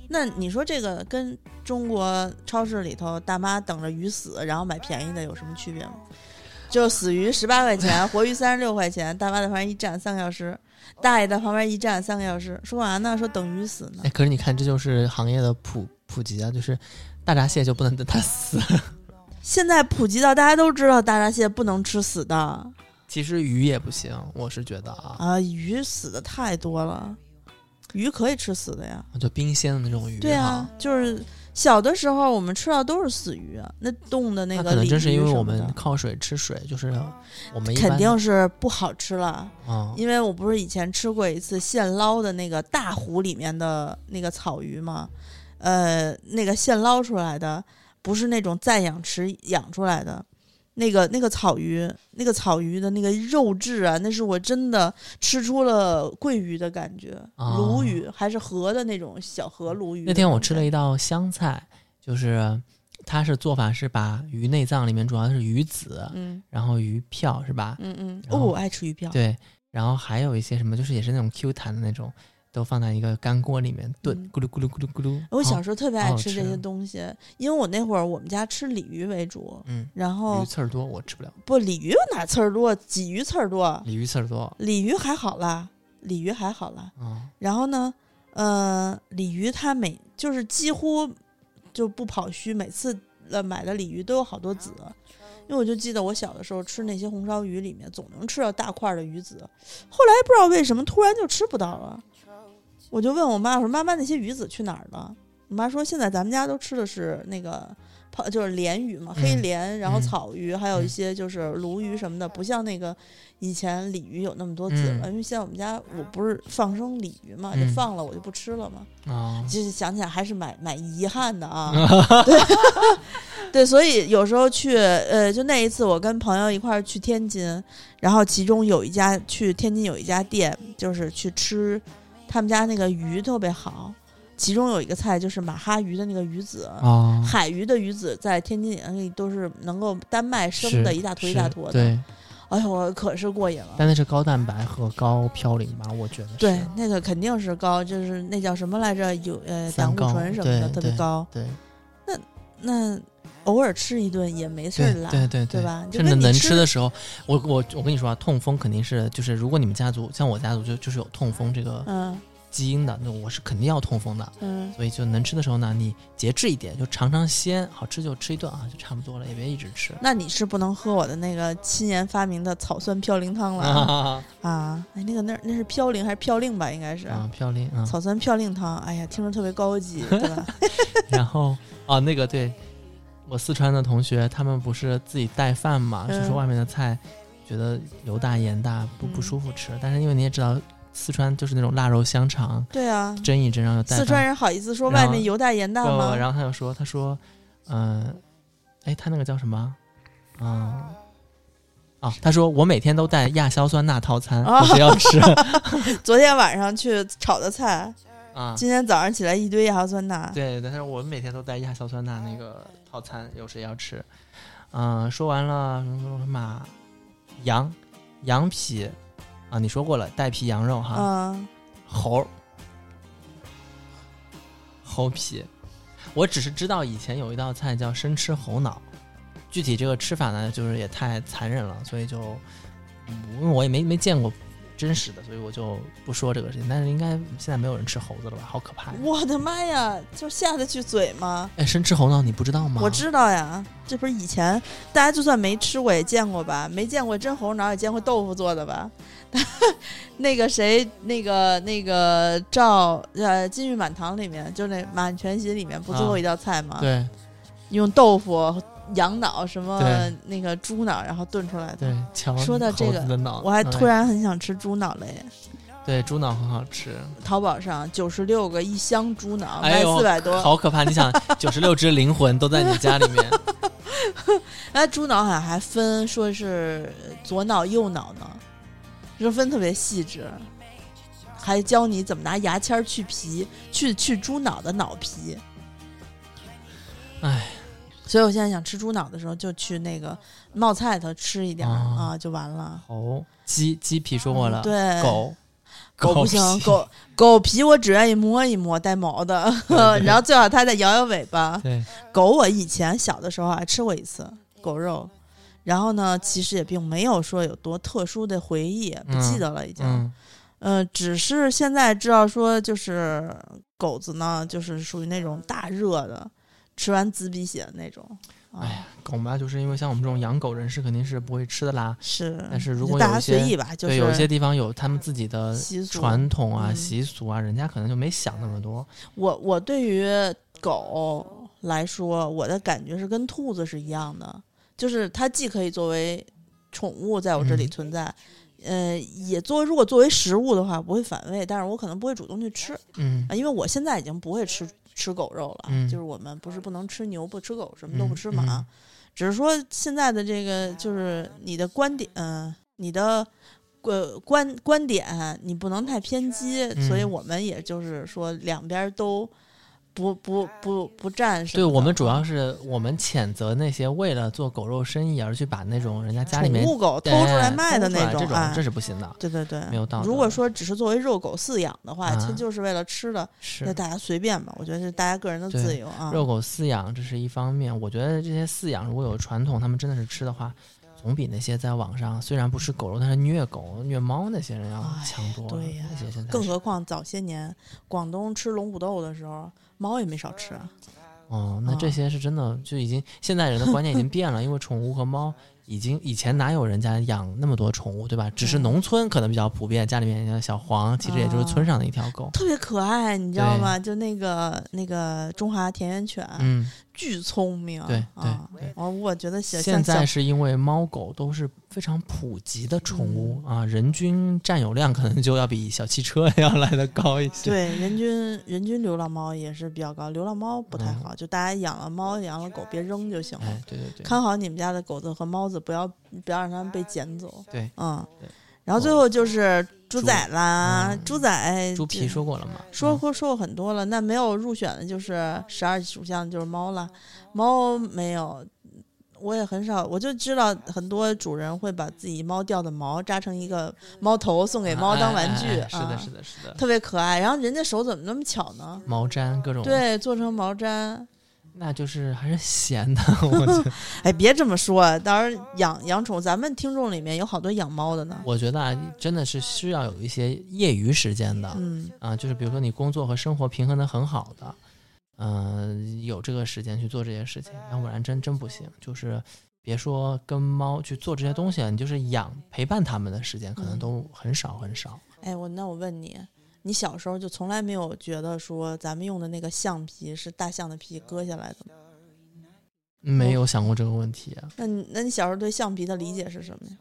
那你说这个跟中国超市里头大妈等着鱼死然后买便宜的有什么区别吗？就死鱼十八块钱，活鱼三十六块钱，大妈在旁边一站三个小时，大爷在旁边一站三个小时，说完呢，说等鱼死呢哎，，可是你看，这就是行业的普普及啊，就是大闸蟹就不能等它死。 (laughs) 现在普及到大家都知道大闸蟹不能吃死的其实鱼也不行，我是觉得啊，啊，鱼死的太多了，鱼可以吃死的呀。就冰鲜的那种鱼啊对啊哈，，就是小的时候我们吃到都是死鱼啊，那冻的那那个可能真是鲤鱼因为什我么的们靠水吃水，就是我们一般肯定是不好吃了，啊，因为我不是以前吃过一次现捞的那个大湖里面的那个草鱼吗？呃，那个现捞出来的不是那种暂养池养出来的。那个那个草鱼，那个草鱼的那个肉质啊，那是我真的吃出了桂鱼的感觉，啊鲈鱼还是河的那种小河鲈鱼。那天我吃了一道香菜，就是它是做法是把鱼内脏里面主要是鱼子，嗯然后鱼票是吧？嗯嗯，然哦，后我爱吃鱼票，对，然后还有一些什么，就是也是那种 Q 弹的那种，都放在一个干锅里面炖，嗯咕噜咕噜咕噜咕噜。我小哦时候特别好爱好吃这吃些东西，因为我那会儿我们家吃鲤鱼为主，嗯，然后鱼刺儿多我吃不了，不鲤鱼哪刺儿多，鲫鱼刺儿多，鲤鱼刺儿多。鲤鱼还好啦，鲤鱼还好啦。嗯，然后呢，呃，鲤鱼它每就是几乎就不跑虚，每次呃买的鲤鱼都有好多籽，因为我就记得我小的时候吃那些红烧鱼里面总能吃到大块儿的鱼籽，后来不知道为什么突然就吃不到了，我就问我妈我说妈妈那些鱼籽去哪儿了？我妈说现在咱们家都吃的是那个泡就是鲢鱼嘛，黑嗯鲢，然后嗯草鱼，还有一嗯些就是鲈鱼什么的，不像那个以前鲤鱼有那么多籽了，嗯因为现在我们家我不是放生鲤鱼嘛，就嗯放了我就不吃了嘛，啊、就是想起来还是蛮蛮遗憾的啊。嗯对 (laughs) 对，所以有时候去呃，就那一次我跟朋友一块儿去天津，然后其中有一家去天津有一家店，就是去吃他们家那个鱼特别好，其中有一个菜就是马哈鱼的那个鱼子。啊，海鱼的鱼子在天津眼里都是能够单卖生是的，一大坨一是大坨的。对，哎呦，我可是过瘾了。但那是高蛋白和高嘌呤吧？我觉得是对，那个肯定是高，就是那叫什么来着？有呃，胆三固高醇什么的对特别对高。对那偶尔吃一顿也没事儿对啦，对对对吧？就甚至跟你能吃吃的时候，我我我跟你说啊，痛风肯定是就是，如果你们家族像我家族就就是有痛风这个嗯基因的，那我是肯定要痛风的。嗯，所以就能吃的时候呢，你节制一点，就尝尝鲜，好吃就吃一顿啊，就差不多了，也别一直吃。那你是不能喝我的那个亲研发明的草酸嘌呤汤了啊！啊，啊哎，那个那那是嘌呤还是嘌呤吧？应该是、嘌呤啊，草酸嘌呤汤。哎呀，听着特别高 (laughs) 级，对吧？然后啊，那个对我四川的同学，他们不是自己带饭嘛，就嗯说外面的菜觉得油大盐大不不嗯舒服吃，但是因为你也知道，四川就是那种腊肉香肠对啊，蒸一蒸，然后带四饭川人好意思说然外后面油大盐大不吗？然后他又说，他说，嗯、哎，他那个叫什么？嗯。啊，他说我每天都带亚硝酸钠套餐，哦我是要 (laughs) 吃昨天晚上去炒的菜，啊。今天早上起来一堆亚硝酸钠。 (laughs) 对，但是我们每天都带亚硝酸钠那个哎套餐，有谁要吃？嗯、说完了什么羊羊皮啊，你说过了，带皮羊肉哈，嗯，猴儿猴皮，我只是知道以前有一道菜叫生吃猴脑，具体这个吃法呢，就是也太残忍了，所以就嗯因为我也没没见过。真实的，所以我就不说这个事情。但是应该现在没有人吃猴子了吧？好可怕呀！我的妈呀，就下得去嘴吗？哎，生吃猴脑你不知道吗？我知道呀，这不是以前大家就算没吃过也见过吧？没见过真猴脑也见过豆腐做的吧？ (laughs) 那个谁，那个那个赵呃《金玉满堂》里面，就那满全席里面不最后一道菜吗？啊对用豆腐、羊脑什么对那个猪脑，然后炖出来的。对，瞧说到这猴个子的脑，我还嗯突然很想吃猪脑嘞，对猪脑很好吃，淘宝上九十六个一箱猪脑哎卖呦四百多，好可怕！(laughs) 你想，九十六只灵魂都在你家里面，哎，猪脑好像还分说是左脑右脑呢，就是分特别细致，还教你怎么拿牙签儿去皮，去去猪脑的脑皮。哎，所以我现在想吃猪脑的时候，就去那个冒菜头吃一点儿、啊啊，就完了。猴、鸡、鸡皮说过了，对，狗，狗不皮行，狗狗皮我只愿意摸一摸带毛的，对 (laughs) 对然后最好它再摇摇尾巴。对，啊嗯狗我以前小的时候还吃过一次狗肉，然后呢，其实也并没有说有多特殊的回忆，不记得了已经。嗯呃，只是现在知道说，就是狗子呢，就是属于那种大热的，吃完滋鼻血的那种。啊、哎呀，狗嘛，就是因为像我们这种养狗人士肯定是不会吃的啦。是，但是如就果大有家一随些意吧，就对，有一是些地方有他们自己的习俗。传统啊、嗯习俗啊，人家可能就没想那么多。我我对于狗来说，我的感觉是跟兔子是一样的，就是它既可以作为宠物在我这里嗯存在，呃，也作如果作为食物的话不会反胃，但是我可能不会主动去吃嗯啊，因为我现在已经不会吃吃狗肉了，嗯就是我们不是不能吃牛，不吃狗，什么都不吃嗯嘛，啊嗯只是说现在的这个就是你的观点，嗯、你的。呃观观点你不能太偏激，嗯所以我们也就是说两边都不不不不占什对么的。我们主要是我们谴责那些为了做狗肉生意而去把那种人家家里面宠物狗偷对出来卖的偷出那来这啊这，是不行的。对对对，没有道德如果说只是作为肉狗饲养的话，啊其实就是为了吃的，那是大家随便吧，我觉得是大家个人的对自由啊。肉狗饲养这是一方面，我觉得这些饲养如果有传统，他们真的是吃的话，总比那些在网上虽然不吃狗肉，但是虐狗虐猫那些人要哎强多了。对呀那些现在更是何况早些年广东吃龙骨豆的时候，猫也没少吃啊。哦，那这啊些是真的，就已经现在人的观念已经变了，因为宠物和猫已经以前哪有人家养那么多宠物，对吧？只是嗯农村可能比较普遍，家里面像小黄，其实也就是啊村上的一条狗。特别可爱，你知道对吗？就那个那个中华田园犬，嗯，巨聪明。对啊，对对我我觉得写现在像是因为猫狗都是非常普及的宠物、嗯啊，人均占有量可能就要比小汽车 (laughs) 要来的高一些。对人均人均流浪猫也是比较高，流浪猫不太好，就大家养了猫养了狗别扔就行了，嗯哎，对对对，看好你们家的狗子和猫子，不要不要让它们被捡走。对，嗯对，然后最后就是猪猪仔啦，嗯猪仔猪皮就说过了嘛，啊说过说过很多了，那没有入选的就是十二属相就是猫了，猫没有，我也很少，我就知道很多主人会把自己猫掉的毛扎成一个猫头送嗯给猫当玩具，哎哎哎是的，啊是的，是的，特别可爱。然后人家手怎么那么巧呢？毛毡各种，，对，做成毛毡。那就是还是闲的， (laughs) 我觉得。哎，别这么说，到时候养养宠，咱们听众里面有好多养猫的呢。我觉得啊，真的是需要有一些业余时间的嗯，啊，就是比如说你工作和生活平衡的很好的，嗯、有这个时间去做这些事情，要不然真真不行。就是别说跟猫去做这些东西了，你就是养陪伴它们的时间可能嗯都很少很少。哎，我那我问你，你小时候就从来没有觉得说咱们用的那个橡皮是大象的皮割下来的吗？没有想过这个问题，啊那你那你小时候对橡皮的理解是什么呀？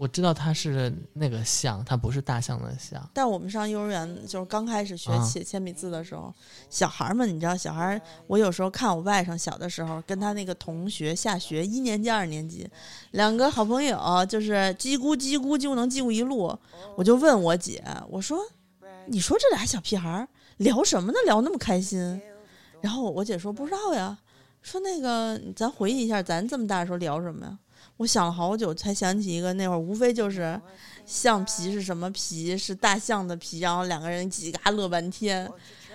我知道它是那个象，它不是大象的象。但我们上幼儿园就是刚开始学啊写铅笔字的时候，小孩儿们，你知道，小孩儿，我有时候看我外甥小的时候，跟他那个同学下学一年级、二年级，两个好朋友就是叽咕叽咕就能叽咕一路，我就问我姐，我说，你说这俩小屁孩儿聊什么呢？聊那么开心？然后我姐说不知道呀，说那个咱回忆一下，咱这么大的时候聊什么呀？我想了好久才想起一个，那会儿无非就是橡皮是什么皮，是大象的皮，然后两个人叽嘎乐半天，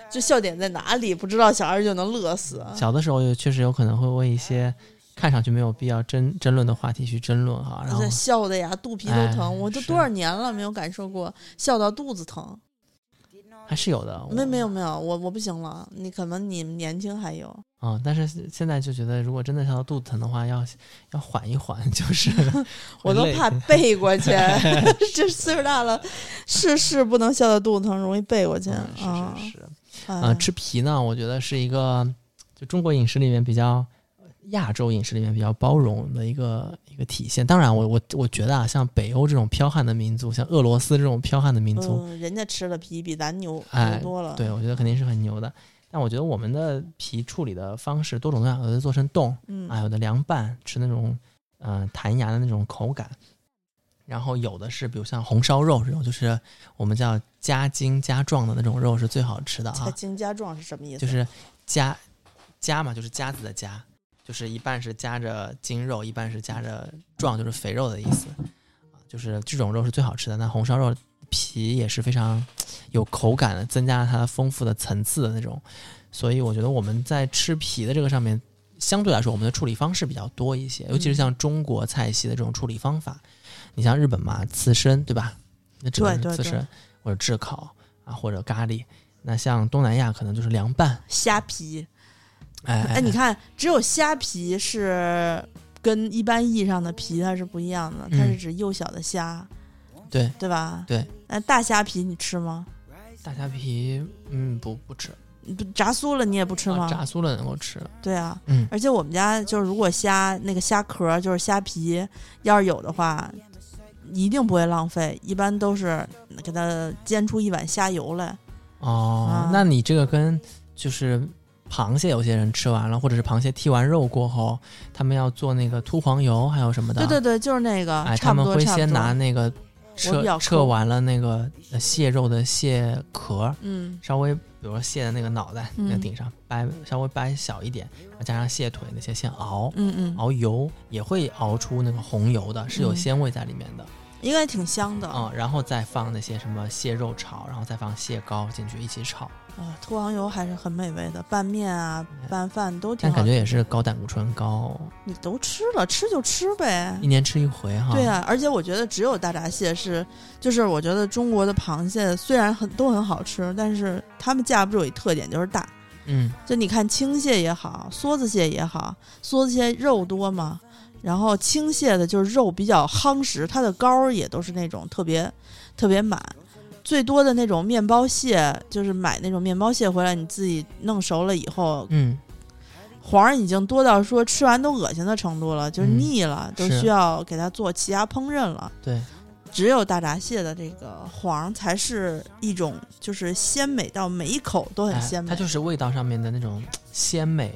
就笑点在哪里不知道，小孩就能乐死。小的时候也确实有可能会为一些看上去没有必要争争论的话题去争论哈，然后这笑的呀，肚皮都疼，哎我都是多少年了没有感受过笑到肚子疼。还是有的。没我没有没有，我我不行了，你可能你们年轻还有，啊、但是现现在就觉得，如果真的像肚子疼的话，要要缓一缓， (laughs) 就是我都会累怕背过 (laughs) 去。这岁数大了，是是不能笑到肚子疼，容易背过去嗯啊。是是是，啊啊，吃皮呢，我觉得是一个就中国饮食里面比较亚洲饮食里面比较包容的一个一个体现。当然我，我我觉得啊，像北欧这种剽悍的民族，像俄罗斯这种剽悍的民族，嗯，人家吃的皮比咱牛哎牛多了。对我觉得肯定是很牛的。但我觉得我们的皮处理的方式多种多样，有的做成冻，嗯，啊，有的凉拌，吃那种嗯弹牙的那种口感，然后有的是比如像红烧肉这种，就是我们叫加筋加壮的那种肉是最好吃的加啊，精加壮是什么意思？就是加加嘛，就是夹子的夹，就是一半是夹着筋肉，一半是夹着壮，就是肥肉的意思啊，就是这种肉是最好吃的。那红烧肉皮也是非常有口感的，增加了它丰富的层次的那种，所以我觉得我们在吃皮的这个上面。相对来说我们的处理方式比较多一些，尤嗯其是像中国菜系的这种处理方法，你像日本嘛，刺身对吧？那只能对对是刺对身或者炙烤啊，或者咖喱。那像东南亚可能就是凉拌，虾皮，哎哎，你看，只有虾皮是跟一般意义上的皮它是不一样的，它嗯是指幼小的虾，对对吧？对。那大虾皮你吃吗？大虾皮，嗯，不不吃，不炸酥了你也不吃吗？啊炸酥了能够吃，对啊，嗯而且我们家就是如果虾那个虾壳儿就是虾皮，要是有的话，一定不会浪费，一般都是给它煎出一碗虾油来。哦啊，那你这个跟就是螃蟹，有些人吃完了，或者是螃蟹剔完肉过后，他们要做那个秃黄油，还有什么的，对对对，就是那个，哎，差他不们多会差不多。先拿那个我比较撤抠撤完了那个呃蟹肉的蟹壳，嗯稍微比如说蟹的那个脑袋嗯那个顶上掰稍微掰小一点，加上蟹腿那些先熬。嗯嗯，熬油也会熬出那个红油的，是有嗯鲜味在里面的应该挺香的。啊、嗯然后再放那些什么蟹肉炒，然后再放蟹膏进去一起炒，哦，秃黄油还是很美味的，拌面啊、拌饭都挺哎但好感觉也是高胆固醇高，你都吃了，吃就吃呗一。年吃一回哈。对啊，而且我觉得只有大闸蟹是，就是我觉得中国的螃蟹虽然很都很好吃，但是它们架不住有一特点就是大。嗯，就你看青蟹也好，梭子蟹也好，梭子蟹肉多嘛，然后青蟹的就是肉比较夯实，它的膏儿也都是那种特别特别满。最多的那种面包蟹，就是买那种面包蟹回来，你自己弄熟了以后，嗯黄儿已经多到说吃完都恶心的程度了，就是嗯腻了，都是需要给它做气压烹饪了。对，只有大闸蟹的这个黄儿才是一种就是鲜美到每一口都很哎鲜美，它就是味道上面的那种鲜美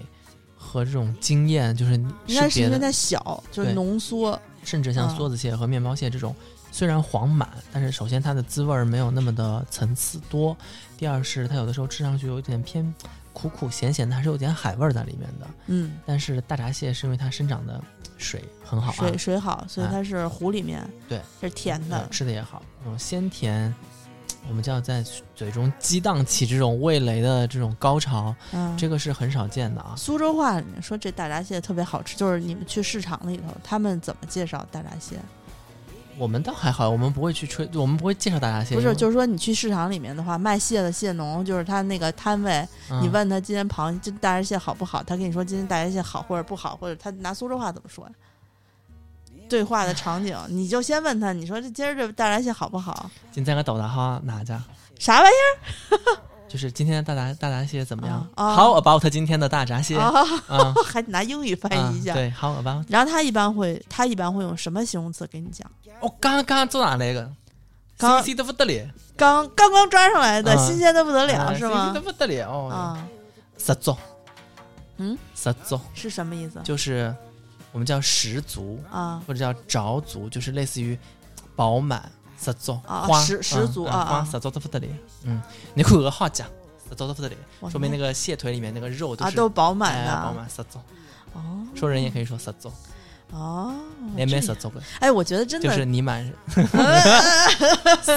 和这种惊艳，就是应该是是别因为的，它小，就对浓缩。甚至像嗯梭子蟹和面包蟹这种，虽然黄满，但是首先它的滋味儿没有那么的层次多，第二是它有的时候吃上去有一点偏苦苦咸咸的，还是有点海味儿在里面的。嗯，但是大闸蟹是因为它生长的水很好啊水，水好，所以它是湖里面，对，是甜呃的。吃的也好，那种鲜甜，我们叫在嘴中激荡起这种味蕾的这种高潮，嗯，这个是很少见的啊。苏州话里面说这大闸蟹特别好吃，就是你们去市场里头，他们怎么介绍大闸蟹？我们倒还好，我们不会去吹，我们不会介绍大闸蟹，不因是，为就是说你去市场里面的话，卖蟹的蟹农，就是他那个摊嗯位，你、问他今天螃这大闸蟹好不好，他跟你说今天大闸蟹好或者不好，或者他拿苏州话怎么说呀？对话的场景，你就先问他，你说这今儿这大闸蟹好不好？嗯、今天个豆大哈哪家？啥玩意就是今天的大闸大闸蟹怎么样、啊啊 h o w about 今天的大闸蟹？儿啊，啊？啊 (laughs) 还得拿英语翻译一下。嗯对，How about？然后他一般会，他一般会用什么形容词给你讲？我、哦刚刚做哪来个？刚新鲜的不得了，刚刚刚抓上来的，啊新鲜的不得了，啊是新鲜吗的？不得了哦，啊，十足，嗯，十足是什么意思？就是我们叫十足，啊或者叫着足，就是类似于饱满、十足、啊花十十足啊嗯嗯花啊十足的不得了。嗯，你看我好讲，十足的不得了，我说明那个蟹腿里面那个肉都啊是都饱满哎的，饱满十足。哦说人也可以说十足，哦，连这麦样十足的，哎，我觉得真就的是 (laughs) 你满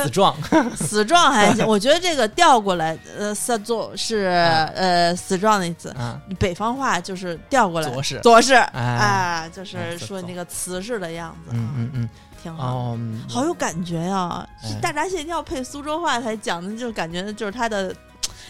死壮。死壮还 (laughs) 行，我觉得这个调过来，呃，萨佐是啊呃死壮的意思，啊，北方话就是调过来左是左是哎啊，就是说那个瓷式的样子，嗯啊嗯嗯，挺好。哦，嗯好有感觉呀、哎大闸蟹一定要配苏州话才讲的，就感觉就是它的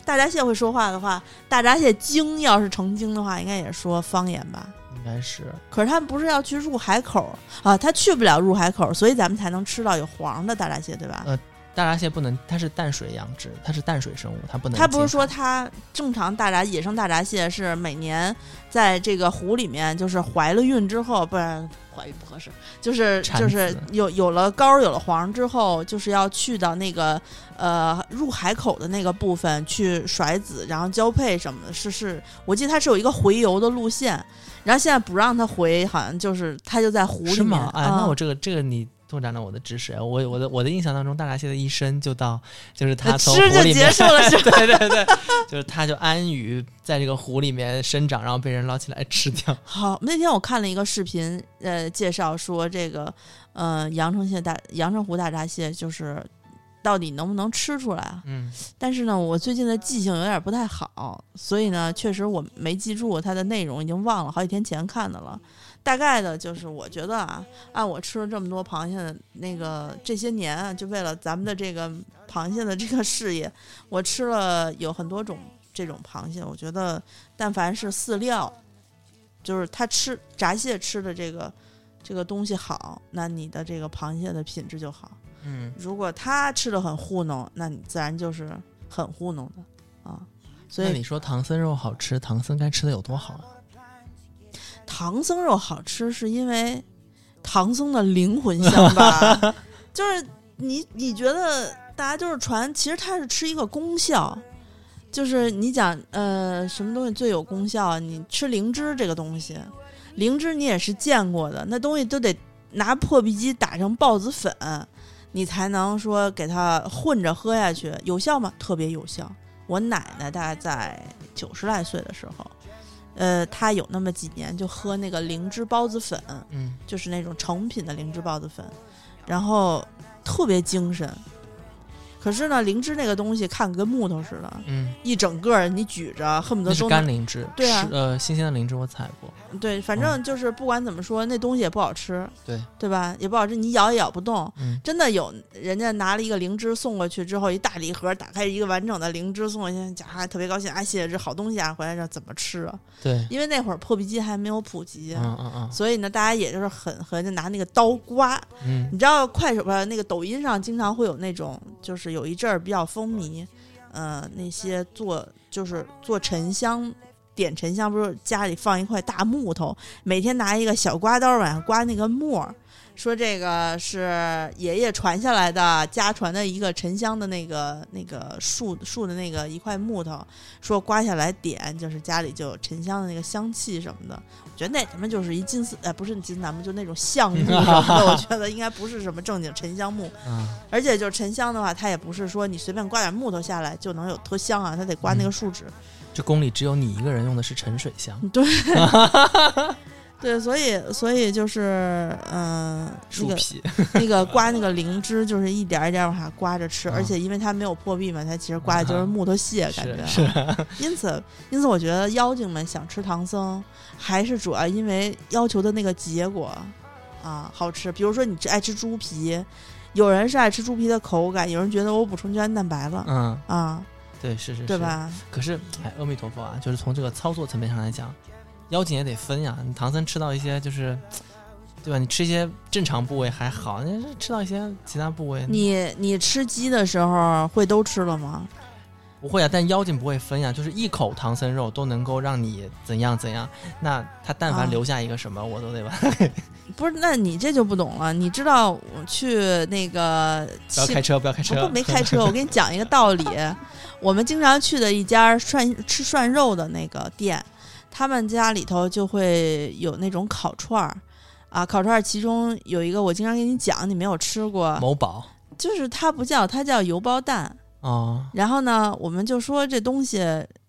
大闸蟹会说话的话，大闸蟹精要是成精的话，应该也说方言吧。应该是可是他们不是要去入海口啊？他去不了入海口，所以咱们才能吃到有黄的大闸蟹，对吧？呃大闸蟹不能，它是淡水养殖，它是淡水生物，它不能进他海。不是说他正常大闸野生大闸蟹是每年在这个湖里面，就是怀了孕之后，不然怀孕不合适，就是产就是子有有了膏儿有了黄之后，就是要去到那个呃入海口的那个部分去甩子，然后交配什么的，是是，我记得它是有一个回游的路线，然后现在不让它回，好像就是它就在湖里面。是吗？哎，那嗯我这个这个你拓展了我的知识。啊我我的我的印象当中，大闸蟹的一生就到就是它从湖吃就里结面，束 (laughs) 了，是吧？对对对，就是它就安于在这个湖里面生长，然后被人捞起来吃掉。好，那天我看了一个视频，呃，介绍说这个，呃，阳澄蟹大阳澄湖大闸蟹就是到底能不能吃出来啊？嗯，但是呢，我最近的记性有点不太好，所以呢，确实我没记住它的内容，已经忘了好几天前看的了。大概的就是，我觉得啊，按我吃了这么多螃蟹的那个这些年啊，就为了咱们的这个螃蟹的这个事业，我吃了有很多种这种螃蟹。我觉得，但凡是饲料，就是它吃闸蟹吃的这个这个东西好，那你的这个螃蟹的品质就好。嗯，如果它吃的很糊弄，那你自然就是很糊弄的啊。所那以你说唐僧肉好吃，唐僧该吃的有多好啊？唐僧肉好吃，是因为唐僧的灵魂香吧？就是你你觉得大家就是传，其实它是吃一个功效，就是你讲呃什么东西最有功效？你吃灵芝这个东西，灵芝你也是见过的，那东西都得拿破壁机打成孢子粉，你才能说给它混着喝下去，有效吗？特别有效。我奶奶大概在九十来岁的时候，呃，她有那么几年就喝那个灵芝孢子粉，嗯，就是那种成品的灵芝孢子粉，然后特别精神。可是呢，灵芝那个东西看跟木头似的，嗯，一整个儿你举着，恨不那得是都干灵芝，对啊是呃，新鲜的灵芝我采过，对，反正就是不管怎么说，那东西也不好吃，对对吧？也不好吃，你咬也咬不动。嗯真的有人家拿了一个灵芝送过去之后，一大礼盒，打开一个完整的灵芝送过去，讲还特别高兴啊，谢谢这好东西啊，回来这怎么吃啊？对，因为那会儿破壁机还没有普及，啊嗯嗯所以呢，大家也就是很狠就拿那个刀刮。嗯嗯你知道快手吧？那个抖音上经常会有那种，就是有一阵儿比较风靡，呃，那些做就是做沉香。点沉香不是家里放一块大木头，每天拿一个小刮刀往上刮那个沫儿，说这个是爷爷传下来的，家传的一个沉香的那个那个树树的那个一块木头，说刮下来点，就是家里就有沉香的那个香气什么的。我觉得那他妈就是一金丝，呃，不是金丝楠木，就那种橡木什么 (laughs) 的。我觉得应该不是什么正经沉香木，嗯，而且就是沉香的话，它也不是说你随便刮点木头下来就能有多香啊，它得嗯刮那个树脂。这宫里只有你一个人用的是沉水香，嗯对，所以所以就是，嗯、那树个皮， (laughs) 那个刮那个灵芝，就是一点儿一点儿往下刮着吃，嗯而且因为它没有破壁嘛，它其实刮的就是木头屑，感觉。啊是是 (laughs) 因此，因此我觉得妖精们想吃唐僧，还是主要因为要求的那个结果啊好吃。比如说你爱吃猪皮，有人是爱吃猪皮的口感，有人觉得我补充胶原蛋白了、嗯，啊，对，是是是，对？吧？可是，哎，阿弥陀佛啊，就是从这个操作层面上来讲，妖精也得分呀。你唐僧吃到一些就是，对吧？你吃一些正常部位还好，你是吃到一些其他部位，你你吃鸡的时候会都吃了吗？不会啊。但妖精不会分呀，就是一口唐僧肉都能够让你怎样怎样。那他但啊凡留下一个什么，我 (laughs) 都得把不是，那你这就不懂了。你知道我去那个不要七开车，不要开车，我不没开车，我跟你讲一个道理。我们经常去的一家涮吃涮肉的那个店，他们家里头就会有那种烤串儿啊，烤串儿其中有一个我经常跟你讲，你没有吃过，某宝就是它不叫它叫油包蛋。哦，然后呢，我们就说这东西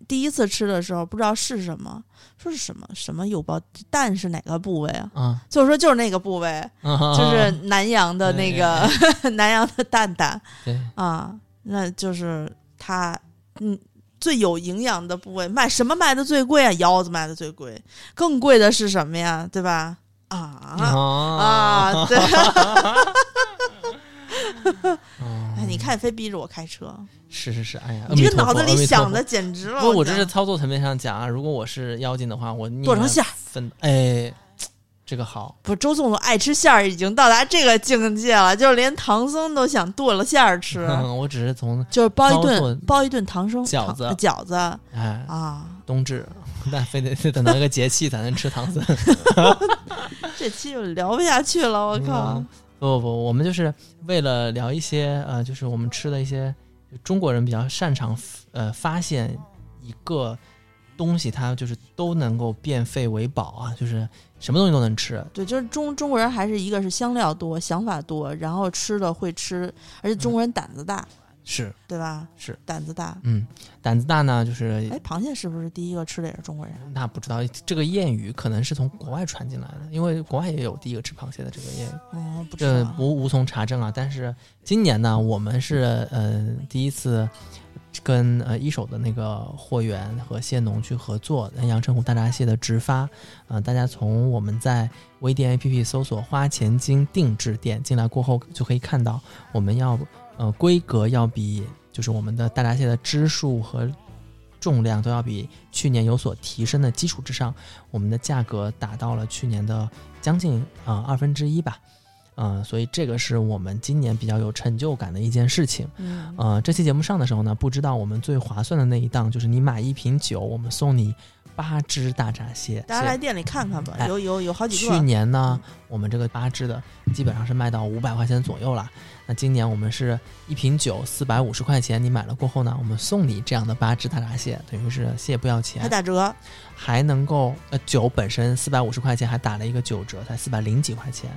第一次吃的时候不知道是什么，说是什么什么油包蛋是哪个部位啊？嗯，就是说就是那个部位，嗯就是南洋的那个 (laughs) 南洋的蛋蛋。对，啊，那就是它，嗯，最有营养的部位卖什么卖的最贵啊？腰子卖的最贵，更贵的是什么呀？对吧？啊啊啊， (laughs) 对，哦啊哎，你看，非逼着我开车，是是是，哎呀，你这个阿弥脑陀佛子阿里弥陀想佛的简直了。不，我这觉是得操作层面上讲啊。如果我是妖精的话，我剁成馅下儿。分哎，这个好，不，周总爱吃馅儿已经到达这个境界了，就是连唐僧都想剁了馅儿 (laughs) 吃，嗯，我只是从就是包一包顿顿包一顿唐僧饺唐呃子饺子哎啊。冬至，但非得 (laughs) 等到一个节气才能吃唐僧。这期就聊不下去了，我靠！嗯 (laughs) 不不不，我们就是为了聊一些呃，就是我们吃的一些中国人比较擅长呃发现一个东西，它就是都能够变废为宝啊，就是什么东西都能吃。对，就是中中国人还是一个是香料多，想法多，然后吃的会吃，而且中国人胆子大，是，对吧？是胆子大。嗯，胆子大呢，就是哎，螃蟹是不是第一个吃的也是中国人？啊那不知道这个谚语可能是从国外传进来的，因为国外也有第一个吃螃蟹的这个谚语，哦，不知这道。无无从查证啊。但是今年呢，我们是呃第一次跟呃一手的那个货源和蟹农去合作，阳澄湖大闸蟹的直发。呃，大家从我们在微店 APP 搜索“花钱精定制店”进来过后，就可以看到我们要呃规格要比就是我们的大闸蟹的只数和重量都要比去年有所提升的基础之上，我们的价格达到了去年的将近啊二分之一吧，嗯、所以这个是我们今年比较有成就感的一件事情。嗯，呃，这期节目上的时候呢，不知道我们最划算的那一档就是你买一瓶酒，我们送你八只大闸蟹。大家来店里看看吧，哎有有有好几去个。年呢，我们这个八支的基本上是卖到五百块钱左右了。那今年我们是一瓶酒四百五十块钱，你买了过后呢，我们送你这样的八只大闸蟹，等于是蟹不要还钱，打折，还能够呃酒本身四百五十块钱还打了一个九折，才四百零几块钱。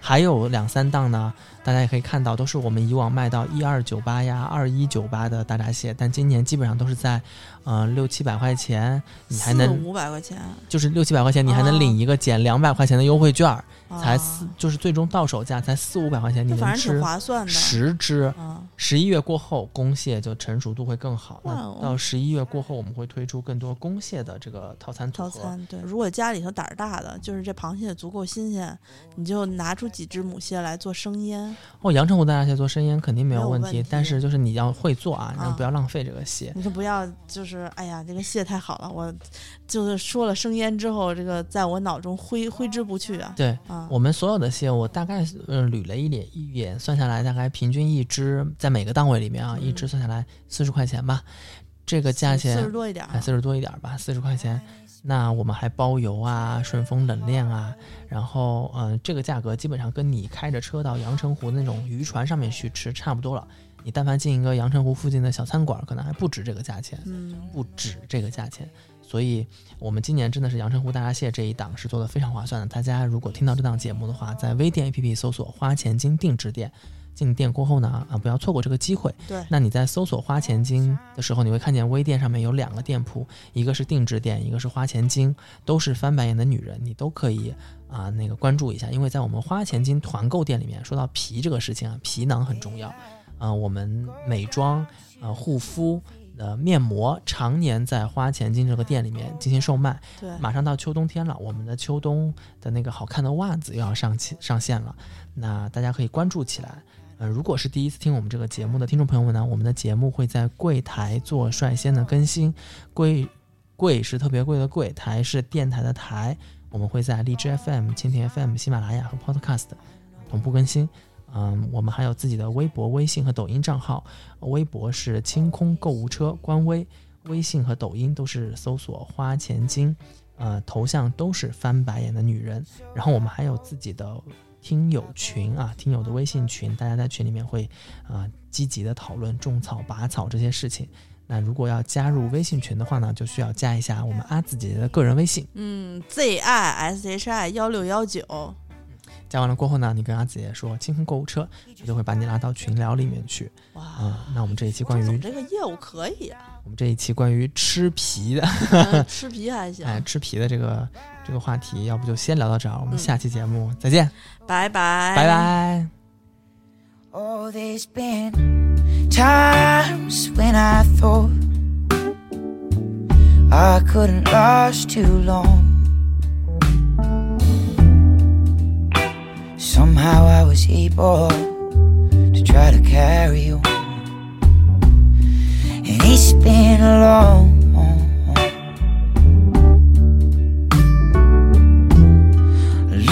还有两三档呢，大家也可以看到，都是我们以往卖到一二九八呀、二一九八的大闸蟹，但今年基本上都是在，呃六七百块钱，你还四能五哦百块钱，就是六七百块钱，你还能领一个减两百块钱的优惠券儿，啊才四，就是最终到手价才四五百块钱，你这反能正挺吃划算的。十只。啊，十一月过后，公蟹就成熟度会更好。哇那哦到十一月过后，我们会推出更多公蟹的这个套餐组套合。餐对，如果家里头胆儿大的，就是这螃蟹足够新鲜，你就拿出几只母蟹来做生腌。哦，阳澄湖大闸蟹做生腌肯定没有问没有问题题，但是就是你要会做啊，然后啊不要浪费这个蟹。你可不要，就是哎呀，这个蟹太好了，我就是说了生腌之后，这个在我脑中挥挥之不去啊。对啊，我们所有的蟹，我大概嗯捋了一脸一眼，算下来大概平均一只在每个档位里面啊，嗯一只算下来四十块钱吧。这个价钱四十多一哎点儿啊，还四十多一点儿吧，四十块钱。那我们还包邮啊，顺丰冷链啊，然后嗯、呃这个价格基本上跟你开着车到阳澄湖那种渔船上面去吃差不多了。你但凡进一个阳澄湖附近的小餐馆，可能还不止这个价钱，嗯，不止这个价钱。所以，我们今年真的是阳澄湖大闸蟹这一档是做的非常划算的。大家如果听到这档节目的话，在微店 APP 搜索“花钱精定制店”，进店过后呢，啊，不要错过这个机会。对，那你在搜索“花钱精”的时候，你会看见微店上面有两个店铺，一个是定制店，一个是花钱精，都是翻白眼的女人，你都可以啊、那个关注一下，因为在我们花钱精团购店里面，说到皮这个事情啊，皮囊很重要，啊、我们美妆、呃护肤。呃，面膜常年在花钱精这个店里面进行售卖，对，马上到秋冬天了，我们的秋冬的那个好看的袜子又要上起上线了，那大家可以关注起来。呃，如果是第一次听我们这个节目的听众朋友们呢，我们的节目会在柜台做率先的更新，柜柜是特别贵的柜，台是电台的台，我们会在荔枝 FM、蜻蜓 FM、喜马拉雅和 Podcast 同步更新。嗯，我们还有自己的微博、微信和抖音账号，微博是清空购物车官微，微信和抖音都是搜索“花钱精”，呃，头像都是翻白眼的女人。然后我们还有自己的听友群啊，听友的微信群，大家在群里面会啊、呃积极的讨论种草、拔草这些事情。那如果要加入微信群的话呢，就需要加一下我们阿紫姐姐的个人微信。嗯，Z I S H I 幺六幺九，加完了过后呢，你跟阿紫姐姐说“清空购物车”，我就会把你拉到群聊里面去啊、哇，那我们这一期关总于这个业务可以 (laughs) 啊，嗯我们这一期关于吃皮的，吃皮还行，哎，吃皮的这个这个话题，要不就先聊到这儿，我们嗯下期节目再见，拜拜，拜。拜。 Oh, there's been times when I thought I couldn't last too long. Somehow I was able to try to carry on. And it's been a long,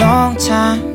long time